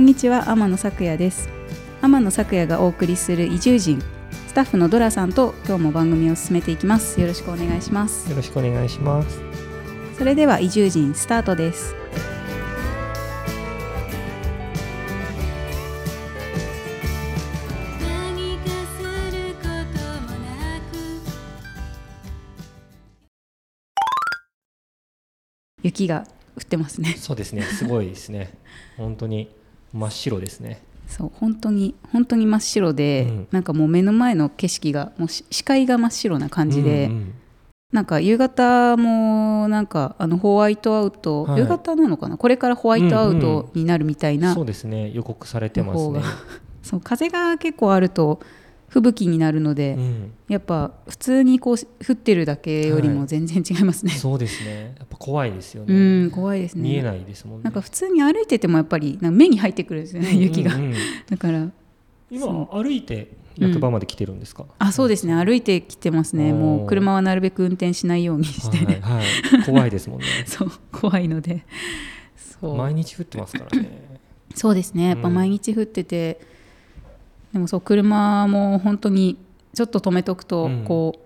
にちは天野咲也です天野咲也がお送りする移住人スタッフのドラさんと今日も番組を進めていきますよろしくお願いしますよろしくお願いします。それでは移住人スタートです何かすることもなく雪が降ってますねそうですね。すごいですね。本当に真っ白ですね。そう本当に本当に真っ白で、うんなんかもう目の前の景色がもうし視界が真っ白な感じで、うんうんなんか夕方もなんかあのホワイトアウト、はい夕方なのかなこれからホワイトアウトになるみたいな、そうですね。予告されてまのす方ねが。そう風が結構あると吹雪になるので、うん、やっぱ普通にこう降ってるだけよりも全然違いますね、そうですね。やっぱ怖いですようね。ん怖いですね見えないですもんね。なんか普通に歩いててもやっぱりなんか目に入ってくるんですよね、雪が、うんうんうんだから今そ歩いて役場まで来てるんですか。あそうですね歩いてきてますねおーもう車はなるべく運転しないようにして、はい、はい、怖いですもんね。 そう怖いのでそう毎日降ってますからね。そうですねやっぱうん毎日降ってて、でもそう車も本当にちょっと止めとくと、うんこう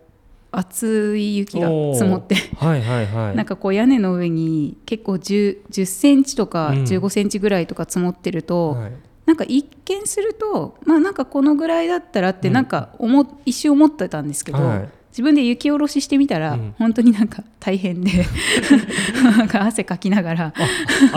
厚い雪がおー積もって。はいはいはい。なんかこう屋根の上に結構 10, 10センチとかうん1 5センチぐらいとか積もってると、はい、なんか一見するとまあなんかこのぐらいだったらってうんなんか思、一瞬思ってたんですけど、はい自分で雪下ろししてみたら、うん本当になんか大変 でなんか汗かきながらあ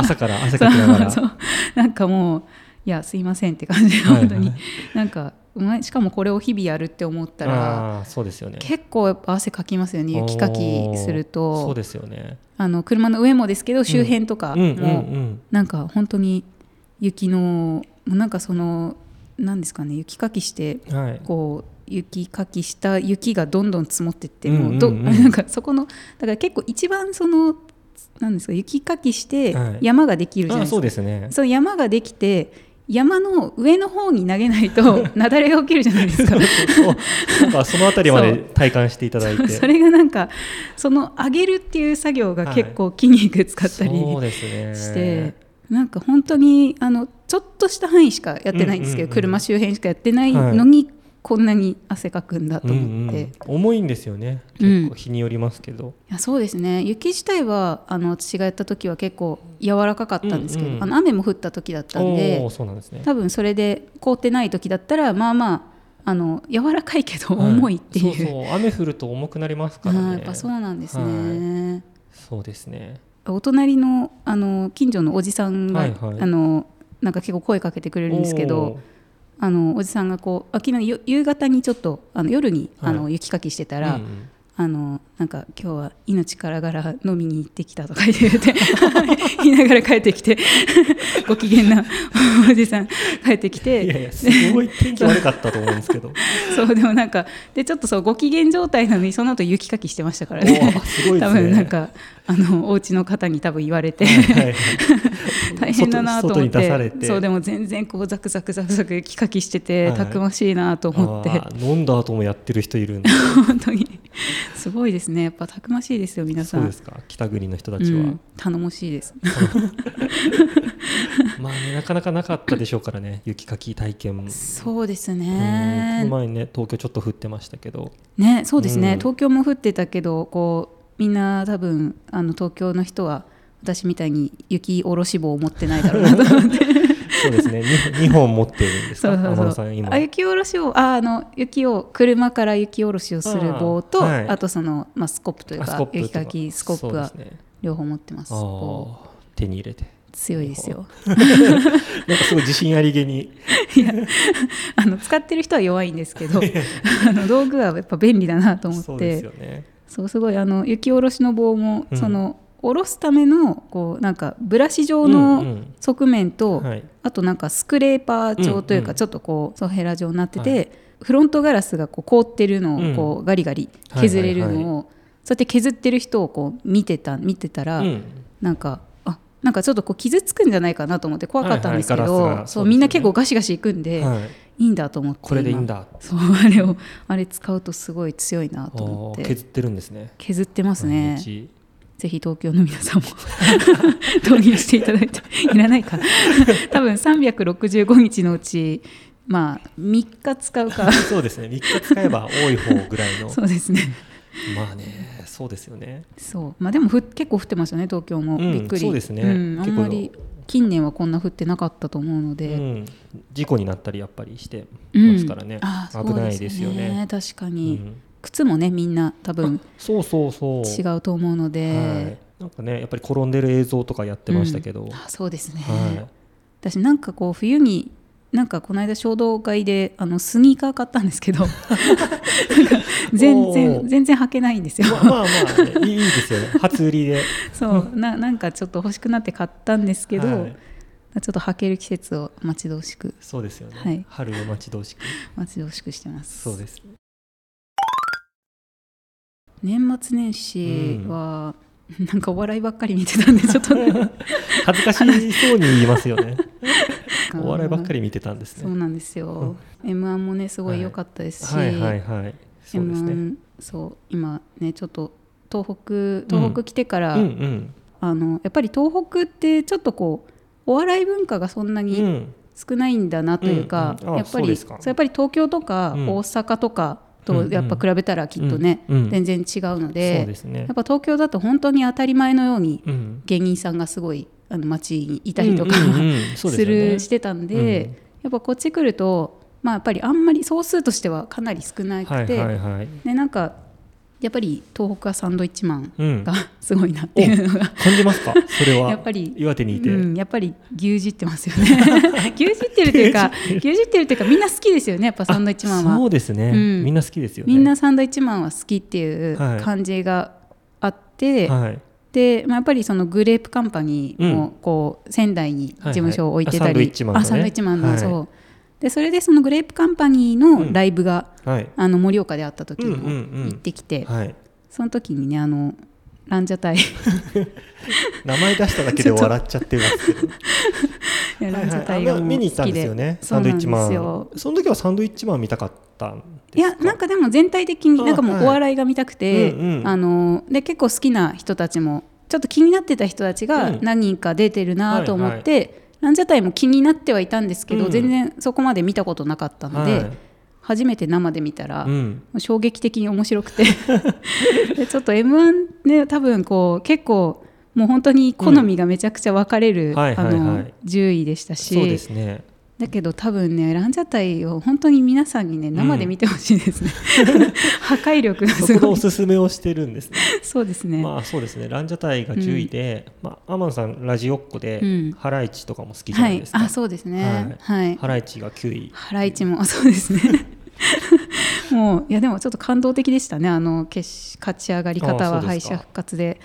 朝から汗かきながら。そうなんかもういやすいませんって感じではい本当に、なんかうまいしかもこれを日々やるって思ったらあーそうですよね。結構やっぱ汗かきますよね雪かきするおーとそうですよね。あの車の上もですけど周辺とかうんうんうもん。なんか本当に雪のなんかそのなんですかね雪かきしてはい。こう雪かきした雪がどんどん積もってってもうど、 うんうんうんなんかそこのだから結構一番そのなんですか雪かきしてはい山ができるじゃないあですか、そうですね。そう山ができて山の上の方に投げないと 雪崩が起きるじゃないですか。なんかそのあたりまでそう体感していただい て。それがなんかその上げるっていう作業が結構筋肉使ったり、そうですね。して、なんか本当にあのちょっとした範囲しかやってないんですけど、うんうんうん車周辺しかやってないのに、こんなに汗かくんだとうんう思って、いん、重いんですよね。うん結構日によりますけど。やそうですね雪自体はあの私がやった時は結構柔らかかったんですけど、うんうんあの雨も降った時だったんおーでそうなんですね。多分それで凍ってない時だったらまあまああの柔らかいけどは重いっていう,、そうそう雨降ると重くなりますかあらーね。やっぱそうなんですね。はそうですね。お隣のあの近所のおじさんが、はいはいあのなんか結構声かけてくれるんですけど、おーあのおじさんがこうあ昨日よ夕方にちょっとあの夜に、はあいの雪かきしてたら、うんうんあのなんか今日は命からがら飲みに行ってきたとか言って 言いながら帰ってきて ご機嫌なおじさん帰ってきいやていやすごい天気悪かったと思うんです けど。そうでもなんかでちょっとそうご機嫌状態なのにその後雪かきしてましたからねおーすごいですね多分なんかあのお家の方に多分言われて。はいはい 大変だなと思っ外に出さてれてそうでも全然こうザクザクザクザク雪かきしてて、はいたくましいなと思ってあー飲んだ後もやってる人いる んで。本当にすごいですねやっぱたくましいですよ皆さそんうですか。北国の人たちうは。ん、頼もしいですまあね、なかなかなかったでしょうからね、雪かき体験も。そうですうんこねの前ね、東京ちょっと降ってましたけど、ねそうですね、うん東京も降ってたけどこうみんな多分あの東京の人は私みたいに雪おろし棒を持ってないだろうなと思ってそうですね、2 本持ってるんですそか、うそう天野そさ、うん今。あ雪おろしをああの雪を車から雪おろしをする棒とあ,、あーはいとその、まあ、スコップというあかスコップとか雪かきスコップはそうですね両方持ってますあこうー手に入れて。強いですよなんかすごい自信ありげに。あの使ってる人は弱いんですけどあの道具はやっぱ便利だなと思ってそうですよね。そうすごいあの雪下ろしの棒も、うんその下ろすためのこうなんかブラシ状うんうのん側面と、はい。あとなんかスクレーパー状というか、うんうんちょっとこうソヘラ状になってて、はいフロントガラスがこう凍ってるのをこう、ガリガリ削れるのを、はいはいそうやって削ってる人をこう見てた見てたら、うんなんかあなんかちょっとこう傷つくんじゃないかなと思って怖かったんですけど、はいはいガラスがそそううですよねみんな結構ガシガシいくんで、はいいいんだと思ってこれでいいん今だ。そうあれをあれ使うとすごい強いなと思っおーて削ってるんですね。削ってますね毎日ぜひ東京の皆さんも 導入していただいていらないか 多分365日のうちまあ3日使うかそうですね3日使えば多い方ぐらいのそうですね まあねそうですよねそうまあでもふ結構降ってますよね東京も、うんびっくりそうですねうんあ結ん構まり近年はこんな降ってなかったと思うのうで、ん事故になったりやっぱりしてうんますからねあそう危ないですよね確かうに、ん靴もねみんな多分そうそうそう違うと思うので、はいなんかねやっぱり転んでる映像とかやってましたけどうんあそうですね、は私なんかこう冬になんかこの間衝動買いであのスニーカー買ったんですけ どなんか全お然ー全然履けないんですいよ、まあまあまあねいいで すよね初売りでそうななんかちょっと欲しくなって買ったんですけど、はいちょっと履ける季節を待ち遠しくそうですよね、はい春を待ち遠しく待ち遠しくしてますそうです年末年始は、なんかお笑いばっかり見てたんでちょっと恥ずかしそうに言いますよ ね お笑いばっかりり見てたんですそうねなんですよ m 1もねすごい良かったですし、はいはいはいそうですね M1 そう今ねちょっと東北東北来てから、うんうんあのやっぱり東北ってちょっとこうお笑い文化がそんなうにん少ないんだなというか、うんうんあやっぱそうでりすかやっぱり東京とかうん大阪とかうんうとんやっぱ比べたらきっとね、うんうん全然違うのでそうですねやっぱ東京だと本当に当たり前のようにうん芸人さんがすごいあの街にいたりとか、うんうんうんそうですすよねるしてたんで、うんやっぱこっち来ると、まあ、やっぱりあんまり総数としてはかなり少なくて、はいはいはいでなんかやっぱり東北はサンドイッチマンうんがすごいなっていうのが、感じますかそれはやっぱり岩手にいて、うん、やっぱり牛耳ってますよ ね牛耳ってるというか牛耳ってるというかみんな好きですよねやっぱサンドイッチマンあそは、うですね、うんみんな好きですよねみんなサンドイッチマンは好きっていうはい感じがあって、はいで、まあ、やっぱりそのグレープカンパニーうんもこう仙台に事務所を置いてたり、はいはいあサンドイッチマンのねあサンドイッチマンの、はいそうでそれでそのグレープカンパニーのライブが、はいあの盛岡であった時うんうんうんも行ってきて、はいその時にねあのランジャタイい名前出しただけで笑っちゃってますけやどはラいンジはャいタイがあもうの見に行ったんですよねそサうンなドイんッでチすマンよその時はサンドイッチマン見たかったんですかいやなんかでも全体的にあなんかもはういお笑いが見たくて、うんうんあので結構好きな人たちもちょっと気になってた人たちがうん何人か出てるなと思って、ランジャタイも気になってはいたんですけど、うん全然そこまで見たことなかったので、はい初めて生で見たら、うん衝撃的に面白 くてでちょっと m 1ね多分こう結構もう本当に好みがめちゃくちゃ分かれる、うんはいあはいはいの10位でしたしそうで すねだけど多分ねランジャタイを本当に皆さんにね生で見てほしいですね、破壊力がそすこでごおいすすめをしてるんですねそうですね、まあそうですねランジャタイが10位で、まあ、アマンさんラジオっ子で、うんハライチとかも好きじゃはないいですか、あそうですねはい、ハライチが9位ハライチも あそうですねもういやでもちょっと感動的でしたねあの決し勝ち上がり方はあそうで敗すか者復活で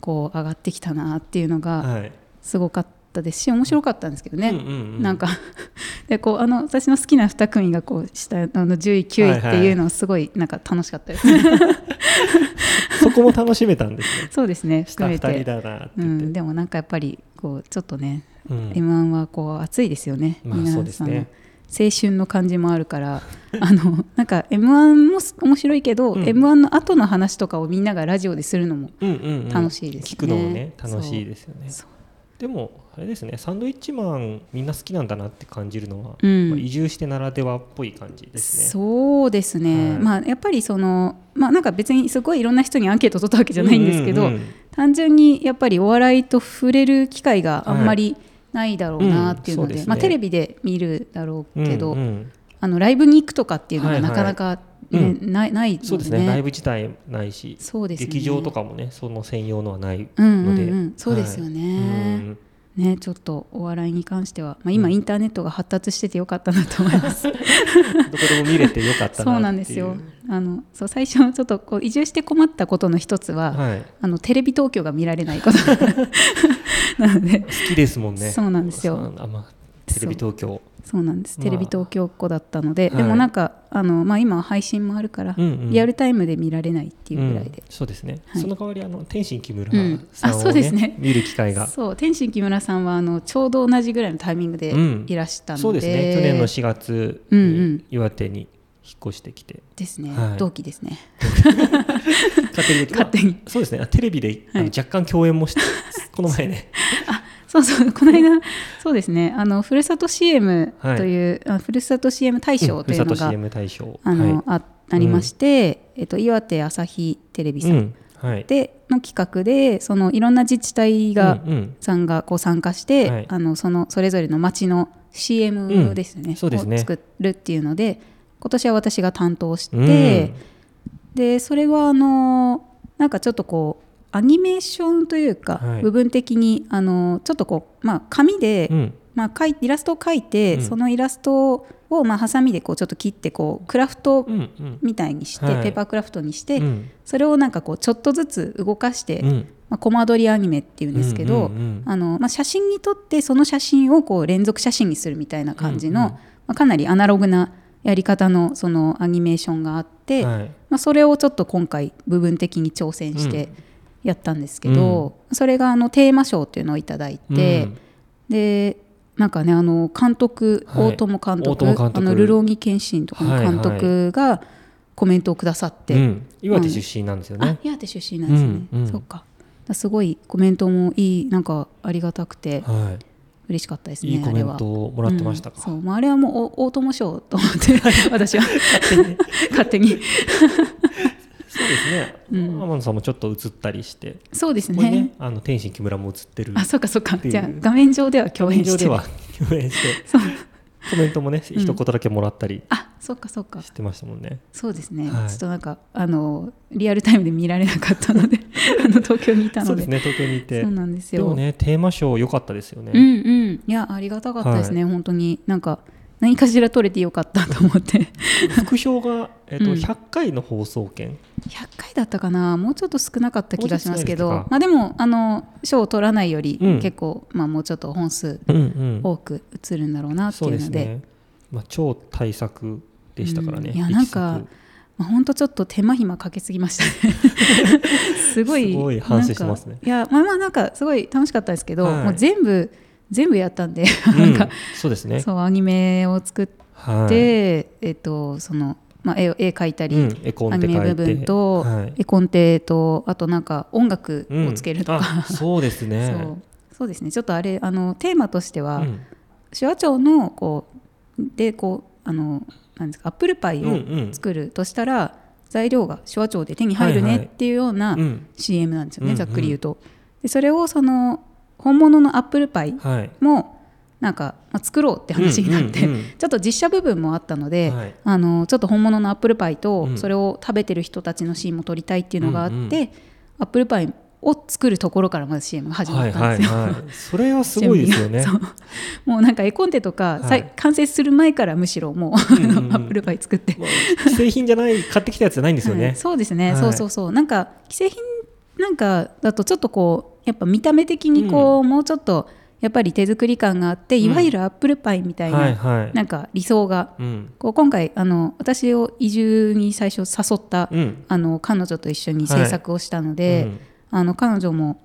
こう上がってきたなっていうのがはいすごかったですし面白かったんですけどね、うんうんうんなんか でこうあの私の好きな2組がこう下あの10位9位っていうのをすごいなんか楽しかったです、そこも楽しめたんですねそうですね含下め2人て、だなってう言って、ん、でもなんかやっぱりこうちょっとね、うん m 1はこう熱いですよね、まあ皆さんそのうですね青春の感じもあるから あのなんか m 1もす面白いけど、うん m 1の後の話とかをみんながラジオでするのもうんうんうん楽しいですね聞くのもね楽しいですよねそうでもあれですねサンドイッチマンみんな好きなんだなって感じるのは、うんまあ移住してならではっぽい感じですねそうですね、はいまあやっぱりそのまあなんか別にすごいいろんな人にアンケート取ったわけじゃないんですけど、ううんうん単純にやっぱりお笑いと触れる機会があんまりないだろうなっていうので,、はいうんそうですねまあ、テレビで見るだろうけど、うんうんあのライブに行くとかっていうのがなかなか、ねはいはいないないので、ね、そうですねライブ自体ないし、そうですね劇場とかもねその専用のはないので、うんうんうんそうですよはいね、ねちょっとお笑いに関しては、まあ、今インターネットが発達しててよかったなと思い ます、うんどこでも見れてよかったなってい うそうなんですよあのそう最初ちょっとこう移住して困ったことの一つは、はいあのテレビ東京が見られないこと なので好きですもんねそうなんですよそうあまあテレビ東京そうなんです、まあテレビ東京っ子だったので、はいでもなんかあの、まあ、今は配信もあるから、うんうんリアルタイムで見られないっていうぐらいでうん、そうですね、はいその代わりあの天心木村うんさんあを、そうですね見る機会がそう天心木村さんはあのちょうど同じぐらいのタイミングでうんいらしたので、そうですね去年の4月うんうにん岩手に引っ越してきてですね、はい同期ですね勝手に 勝手にまあそうですねあテレビで、あのはい若干共演も してこの前ねそうそう この間そうですねあのふるさと CM はいという、あふるさと CM 大賞ふとるいうさのとが、 CM 大賞あの、はあありまして、えっと、岩手朝日テレビいさうんんはい、での企画でそのいろんな自治体が、うんうんさんがこう参加して、はいあのそのそれぞれの町のう CM んですね,、そうですねを作るっていうので今年は私が担当して、うんでそれはあのなんかちょっとこうアニメーションというか、はい部分的にあのちょっとこう、まあ、紙で、うんまあ、描いイラストを描いて、うんそのイラストを、まあ、ハサミでこうちょっと切ってこうクラフトうんうんみたいにして、はいペーパークラフトにして、うんそれをなんかこうちょっとずつ動かして、うんまあ、コマ撮りアニメっていうんですけど、うんうんうんあのまあ、写真に撮ってその写真をこう連続写真にするみたいな感じの、うんうんまあ、かなりアナログなやり方のそのアニメーションがあって、はいまあ、それをちょっと今回部分的に挑戦してやったんですけど、それがあのテーマ賞っていうのをいただいて、うんでなんかねあの監督、はい大友監大督友監督あのルローギ謙信とかの監督がコメントをくださって、うん、岩手出身なんですよあね、岩手出身なんですね、うんうんそっかだからすごいコメントもいいなんかありがたくてはい嬉しかったですねいいコメンあれトはをもらってましたうんか、そうまあ、あれはもうお大友賞と思って 私は勝手にそうですね、うん天野さんもちょっと映ったりしてそうですここにねねあの天心木村も映ってるあそっかそっかっていうじゃあ画面上では共現演状しでてるは共演してそうコメントもねうん一言だけもらったりあそっかそっかしてましたもんね、そうですね、はいちょっとなんかあのリアルタイムで見られなかったの であの東京にいたそのうでですね東京にいてそうなんですでよもねテーマ賞良かったですよね、うんうんいやありがたかったですね、本当になんか何かしら取れてよかったと思って副賞が、えっとうん100回の放送券100回だったかなもうちょっと少なかった気がしますけどもうちょっと少まあ、でもあの賞を取らないより、うん結構、まあ、もうちょっと本数うんうん多く映るんだろうなってそいううでのすでね、まあ、超大作でしたからね、うんいやなんか力作まあ、ほんとちょっと手間暇かけすぎま したねすごいすごい反省してますねなんかいやまあまあなんかすごい楽しかったですけど、はいもう全部全部やったんで、うんなんか、そうですねそうアニメを作って、はいえっとそのまあ、絵を絵描いたり、うん、絵コアンテニメ書い部て分と、はい絵コンテとあとなんか音楽うんをつけるとか、あそうですね そうそうですねちょっとあれあのテーマとしては、うん手話町のこうでこうあのなんですかアップルパイうんをうん作るとしたら、材料が手話町で手に入るはねいはいっていうようなうん CM なんですよね、うんざっくり言うと。でそれをその本物のアップルパイはいもなんか、まあ、作ろうって話になって、うんうんうん ちょっと実写部分もあったので、はいあのちょっと本物のアップルパイとうんそれを食べてる人たちのシーンも撮りたいっていうのがあって、うんうんアップルパイを作るところからまず CM が始まったんですよ。はい はいはい、それはすごいですよね準備がそうもうなんか絵コンテとか、さいはい完成する前からむしろもううんうんうんあのアップルパイ作って、まあ製品じゃない買ってきたやつじゃないんですよ ね、はいそうですね、はいそうそうそうなんか既製品なんかだとちょっとこうやっぱ見た目的にこう、もうちょっとやっぱり手作り感があっていわゆるアップルパイみたいな、はいはいなんか理想がうんこう今回あの私を移住に最初誘った、うんあの彼女と一緒に制作をしたので、うんあの彼女も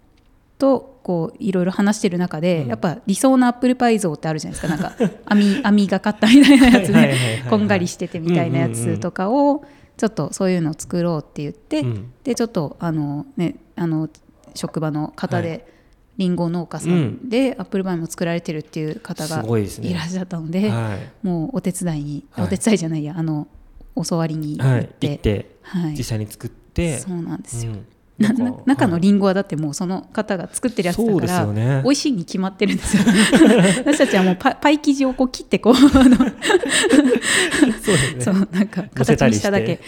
とこういろいろ話してる中で、うんやっぱ理想のアップルパイ像ってあるじゃないですかなん か網網がかったみたいなやつはいはいはいではいこんがりしててみたいなやつとかをちょっとそういうのを作ろうって言って、うんでちょっとあの、ね、あの職場の方で、はりんリンゴ農家さうんんでアップルパイも作られてるっていう方すがごいですねいらっしゃったので。はもうお手伝いに、はいお手伝いじゃないやあの教わりにい、は行っ、い、行っててはい実際に作ってそうなんですよ、うんななんなか中のはいリンゴはだってもうその方が作ってるやつだそうかですら、よね美味しいに決まってるん ですよ私たちはもうパパイ生地をこう切ってこうあのそうですねそうなんか乗せ形たにりししてただけ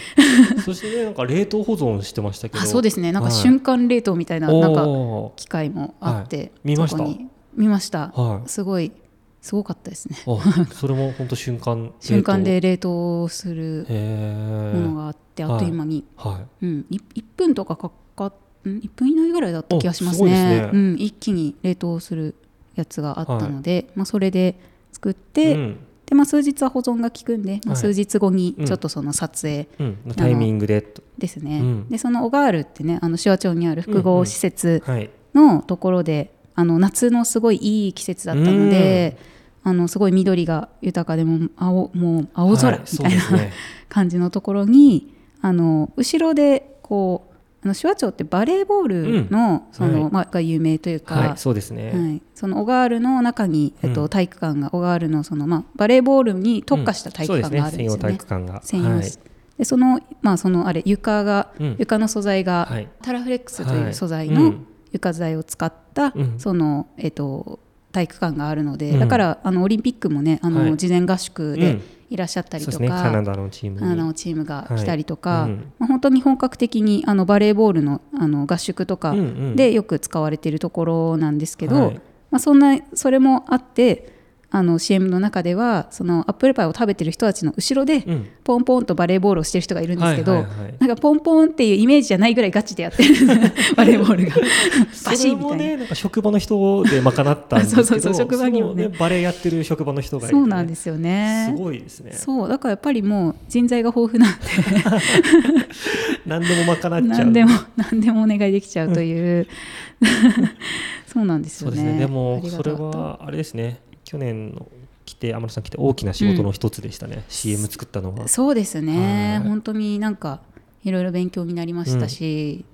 そしてねなんか冷凍保存してましたけどあそうですねなんかはい瞬間冷凍みたいな,、なんかお機械もあって、はい見ましたそこに見ました、ーはいすごいすごかったですねあそれも本当瞬間冷凍瞬間へで冷凍するものえがあってあっという間にはうん、い1分とかかかっん1分以内ぐらいだった気がしますおすごいねですねうん、一気に冷凍するやつがあったので、まあ、それで作ってい、うんでまあ、数日は保存が効くんで、まあ、はい数日後にうんちょっとその撮影うん、タイミングでとですね、うんでそのオガールってねあの手話町にある複合施設はいのところで、あの夏のすごいいい季節だったので、あのすごい緑が豊かでも青もう青空はいみたいな、そう ですね感じのところにあの後ろでこうあの手話町ってバレーボールの、うんそのはいまあ、が有名というか、はいそうですね、はい、その小川原の中に、えっとうん体育館が小川原のその、まあ、バレーボールに特化した体育館があるんですようんそうねす。専用体育館専が用はい室でその,、まあ、そのあれ床が、うん床の素材が、はいタラフレックスといはうい素材うのん床材を使った、うんその、えっと体育館があるので、うんだからあのオリンピックもねあの、はい事前合宿でうんいらっしゃったりそうでとすか、ねカナダのチームにあのチームが来たりとか、はいうんまあ、本当に本格的にあのバレーボールのあの合宿とかうんうんでよく使われているところなんですけど、はいまあ、そんなそれもあってあの CM の中ではそのアップルパイを食べてる人たちの後ろで、うんポンポンとバレーボールをしてる人がいるんですけど、はいはいはいなんかポンポンっていうイメージじゃないぐらいガチでやって るバレーボールがバそシれッみたもいな。ねなんか職場の人で賄ったんですけ どそうそうそう職場にもねそのバレエやってる職場の人がいる、そうなんですよね。すごいですねそうだからやっぱりもう人材が豊富なんで何でも賄っちゃう何でも 何でもお願いできちゃうという そうなんですそようねですねであもりがそれたかったはあれですね去年の来て天野さん来て大きな仕事の一つでしたね、CM 作ったのはそうですねはい本当になんかいろいろ勉強になりましたし、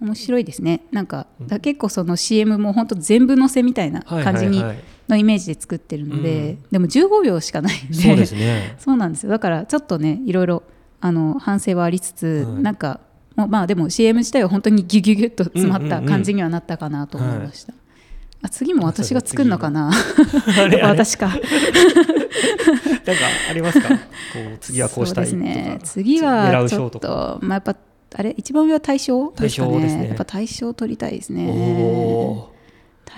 面白いですねなんかうんだ結構その CM も本当全部載せみたいなはい感じにはいはいのイメージで作ってるので、うでんも15秒しかないんでそうですねそうなんですよだからちょっとねいろいろあの反省はありつつ、はいなんかもうまあでも CM 自体は本当にギュギュギュッと詰まった感じにはなったかなと思いました、あ次も私が作るのかなあ れあれなんか私かありますか こう次はこうしたいとそかうですね次は狙うちょ賞っととかまあやっぱあれ一番上は大賞ですかね大賞ですねやっぱ大賞取りたいですおねー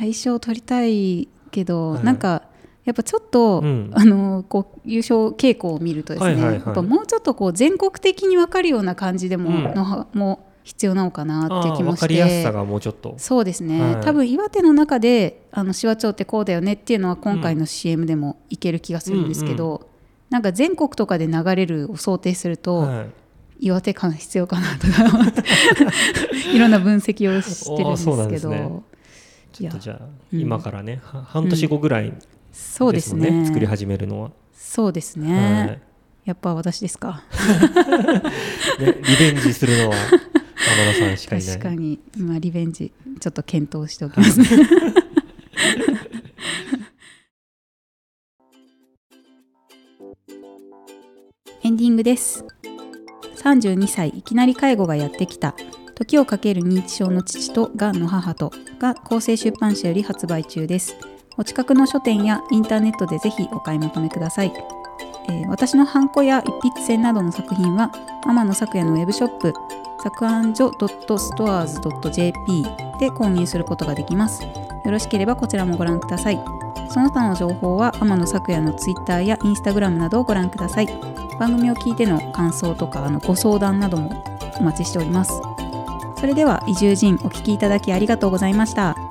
大賞取りたいけど、はいなんかやっぱちょっと、うんあのこう優勝傾向を見るとですね、はいはいはいやっぱもうちょっとこう全国的に分かるような感じでも、うんのはも必要なのかなっていうあ気ーもわしてかりやすさがもうちょっとそうですね、はい多分岩手の中であの手話町ってこうだよねっていうのは今回の CM でもいける気がするんですけど、なんか全国とかで流れるを想定すると、はい岩手感必要かなとか思って いろんな分析をしてるんですあーそうなんけですどねちょっとじゃあうん今からねは半年後ぐらいそうでですすもんねね作り始めるのはそうですね、はいやっぱ私ですかねリベンジする のは天野さんしかいない確かに、まあ、リベンジちょっと検討しておきますね エンディングです32歳いきなり介護がやってきた時をかける認知症の父とがんの母とが構成出版社より発売中ですお近くの書店やインターネットでぜひお買い求めください、えー私のハンコや一筆箋などの作品は天野咲也のウェブショップ作案所 .stores.jp で購入することができます。よろしければこちらもご覧ください。その他の情報は天野咲也の Twitter や Instagram などをご覧ください。番組を聞いての感想とかあのご相談などもお待ちしております。それでは移住人お聞きいただきありがとうございました。